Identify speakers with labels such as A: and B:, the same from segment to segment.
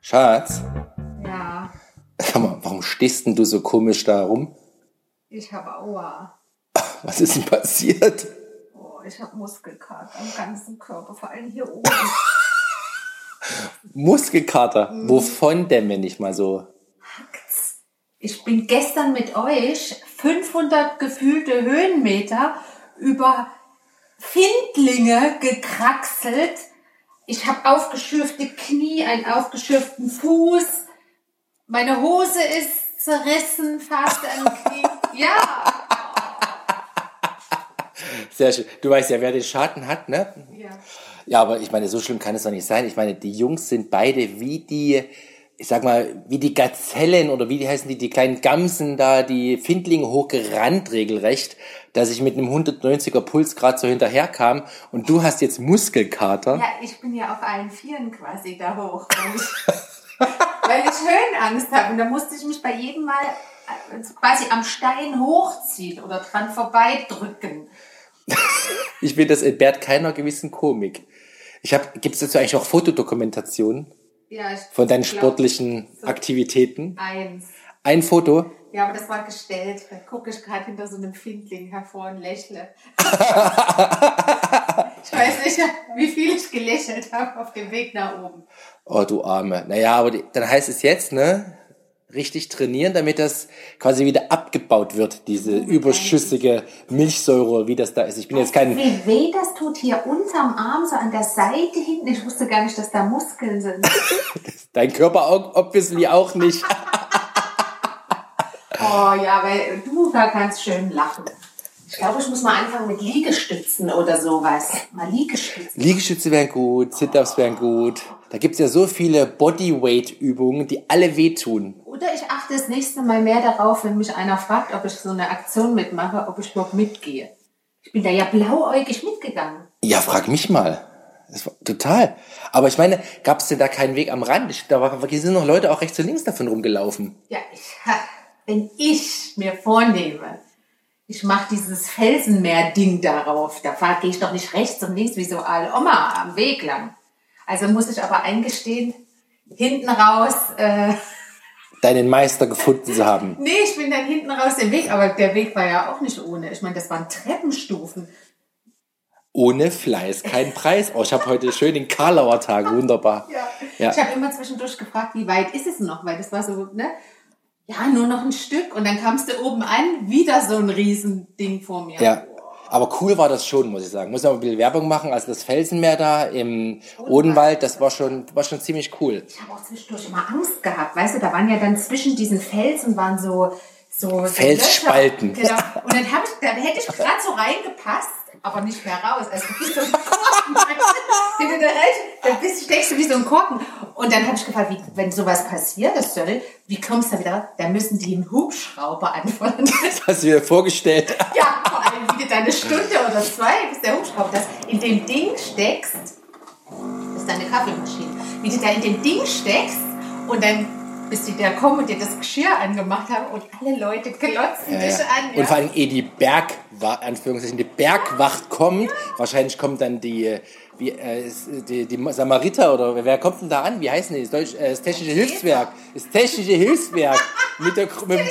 A: Schatz,
B: Ja,
A: sag mal, warum stehst denn du so komisch da rum?
B: ich habe Aua.
A: Was ist denn passiert?
B: Oh, ich habe Muskelkater am ganzen Körper, vor allem hier oben.
A: Muskelkater. Wovon denn, wenn ich mal so?
B: Ich bin gestern mit euch 500 gefühlte Höhenmeter über Findlinge gekraxelt. Ich habe aufgeschürfte Knie, einen aufgeschürften Fuß. Meine Hose ist zerrissen, fast am Knie. Ja,
A: Sehr schön. Du weißt ja, wer den Schaden hat, ne?
B: ja.
A: Ja, aber ich meine, so schlimm kann es doch nicht sein. Ich meine, die Jungs sind beide wie die, ich sag mal, wie die Gazellen oder wie die heißen die, die kleinen Gamsen da, die Findlinge hochgerannt regelrecht, dass ich mit einem 190er Puls gerade so hinterherkam und du hast jetzt Muskelkater.
B: Ja, ich bin ja auf allen Vieren quasi da hoch, weil ich, weil ich Höhenangst habe. Und da musste ich mich bei jedem Mal äh, quasi am Stein hochziehen oder dran vorbeidrücken.
A: Ich will das entbehrt keiner gewissen Komik. Ich habe, gibt's dazu eigentlich auch Fotodokumentationen
B: Ja, ich
A: von deinen
B: glaub,
A: sportlichen
B: so
A: Aktivitäten?
B: Eins.
A: Ein Foto.
B: Ja, aber das war gestellt. Da gucke ich gerade hinter so einem Findling hervor und lächle. ich weiß nicht, wie viel ich gelächelt habe auf dem Weg nach oben.
A: Oh, du Arme. Naja, aber die, dann heißt es jetzt, ne? Richtig trainieren, damit das quasi wieder abgebaut wird, diese überschüssige Milchsäure, wie das da ist. Ich bin jetzt kein,
B: Wie weh das tut hier unterm Arm, so an der Seite hinten. Ich wusste gar nicht, dass da Muskeln sind.
A: dein Körper auch, obviously auch nicht.
B: Oh ja, weil du da kannst schön lachen. Ich glaube, ich muss mal anfangen mit Liegestützen oder sowas. Mal Liegestützen.
A: Liegestütze wären gut, Sit-Ups wären gut. Da gibt's ja so viele Bodyweight-Übungen, die alle wehtun.
B: Oder ich achte das nächste Mal mehr darauf, wenn mich einer fragt, ob ich so eine Aktion mitmache, ob ich überhaupt mitgehe. Ich bin da ja blauäugig mitgegangen.
A: Ja, frag mich mal. Das war total. Aber ich meine, gab's denn da keinen Weg am Rand? Ich, da war, hier sind noch Leute auch rechts und links davon rumgelaufen.
B: Ja, ich, ha, wenn ich mir vornehme, ich mache dieses Felsenmeer-Ding darauf, da fahr- gehe ich doch nicht rechts und links wie so alle Oma am Weg lang. Also muss ich aber eingestehen, hinten raus... Äh,
A: Deinen Meister gefunden zu haben.
B: Nee, ich bin dann hinten raus den Weg, aber der Weg war ja auch nicht ohne. Ich meine, das waren Treppenstufen.
A: Ohne Fleiß kein Preis. Oh, ich habe heute schön den Karlauer Tag, wunderbar. Ja.
B: Ich habe immer zwischendurch gefragt, wie weit ist es noch, weil das war so, ne? Ja, nur noch ein Stück und dann kamst du oben an, wieder so ein Riesending vor mir.
A: ja. Aber cool war das schon, muss ich sagen. Muss ich auch ein bisschen Werbung machen. Also das Felsenmeer da im Odenwald, das war schon, war schon ziemlich cool.
B: Ich habe auch zwischendurch immer Angst gehabt, weißt du, da waren ja dann zwischen diesen Felsen waren so so so
A: Felsspalten.
B: Löcher. Genau. Und dann, hab ich, dann hätte ich gerade so reingepasst, aber nicht mehr raus. Also wie so ein Korken. wenn du da rein, dann bist, steckst du wie so ein Korken. Und dann habe ich gefragt, wie, wenn sowas passiert, das soll, wie kommst du da wieder raus? Da müssen die einen Hubschrauber anfordern.
A: Hast du dir vorgestellt?
B: ja, vor allem wie du da eine Stunde oder zwei, bis der Hubschrauber das in dem Ding steckst, das ist deine Kaffeemaschine, wie du da in dem Ding steckst und dann bis die da kommen und dir das Geschirr angemacht haben und alle Leute glotzen
A: Ja,
B: dich
A: ja.
B: an.
A: Und vor
B: Ja.
A: allem eh die Bergwacht, Anführungszeichen, die Bergwacht kommt. Wahrscheinlich kommt dann die, äh, wie, äh, s- die, die Samariter oder wer- wer kommt denn da an? Wie heißen die? Das, Deutsch, äh, das Technische Hilfswerk. Das Technische Hilfswerk. Mit der, gro- mit, dem-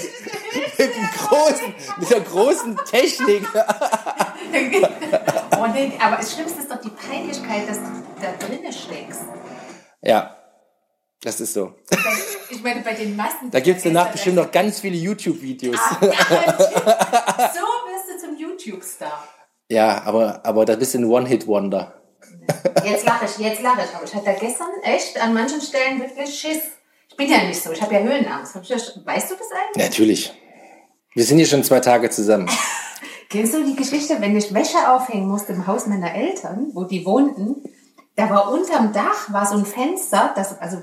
A: mit, dem großen, mit der großen Technik.
B: und den, aber das Schlimmste ist doch die Peinlichkeit, dass du da drinnen steckst.
A: Ja, das ist so.
B: Ich meine, bei den Massen.
A: Da gibt's danach bestimmt noch ganz viele YouTube-Videos.
B: Ah. So wirst du zum YouTube-Star.
A: Ja, aber, aber da bist du ein One-Hit-Wonder.
B: Jetzt lache ich, jetzt lache ich. Aber ich hatte da gestern echt an manchen Stellen wirklich Schiss. Ich bin ja nicht so, ich habe ja Höhenangst. Hab ich ja, schon- weißt du das eigentlich?
A: Natürlich. Wir sind hier schon zwei Tage zusammen.
B: Kennst du die Geschichte, wenn ich Wäsche aufhängen musste im Haus meiner Eltern, wo die wohnten? Da war unterm Dach war so ein Fenster, das, also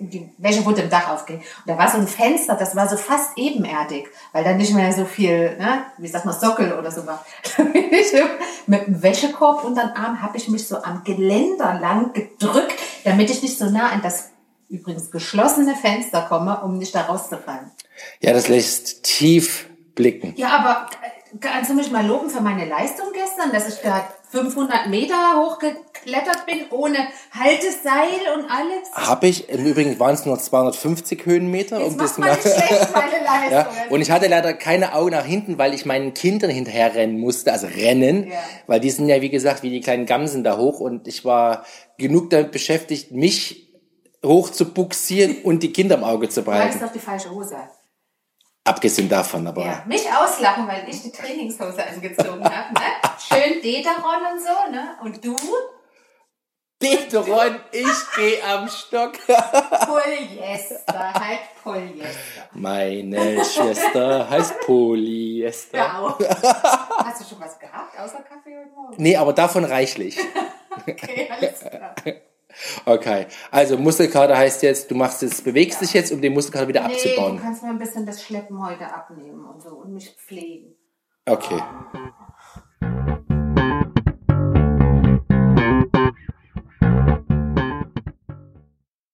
B: die Wäsche wurde im Dach aufgehängt. Und da war so ein Fenster, das war so fast ebenerdig, weil da nicht mehr so viel, ne, wie sagt man, Sockel oder so war. Mit dem Wäschekorb unterm Arm habe ich mich so am Geländer lang gedrückt, damit ich nicht so nah an das übrigens geschlossene Fenster komme, um nicht da rauszufallen.
A: Ja, das lässt tief blicken.
B: Ja, aber äh, kannst du mich mal loben für meine Leistung gestern, dass ich da 500 Meter hochgeklettert bin ohne Halteseil und alles?
A: Habe ich, im Übrigen waren es nur 250 Höhenmeter.
B: Jetzt macht man nicht schlecht meine
A: ja,
B: Leistung.
A: und ich hatte leider keine Augen nach hinten, weil ich meinen Kindern hinterherrennen musste, also rennen,
B: Ja.
A: weil die sind ja, wie gesagt, wie die kleinen Gamsen da hoch und ich war genug damit beschäftigt, mich hoch zu buxieren und die Kinder im Auge zu
B: du hattest
A: behalten.
B: doch die falsche Hose.
A: Abgesehen davon, aber
B: Ja, mich auslachen, weil ich die Trainingshose angezogen habe. Ne? Schön Deteron und so, ne? Und du?
A: Peteron, ich gehe am Stock.
B: Polyester, halt Polyester.
A: Meine Schwester heißt Polyester.
B: Hör auf. Hast du schon was gehabt, außer Kaffee und Morgen?
A: Nee, aber davon reichlich.
B: Okay, alles klar.
A: Okay, also Muskelkater heißt jetzt, du machst jetzt, bewegst dich jetzt, um den Muskelkater wieder
B: Nee, du
A: abzubauen.
B: kannst mir ein bisschen das Schleppen heute abnehmen und so und mich pflegen.
A: Okay.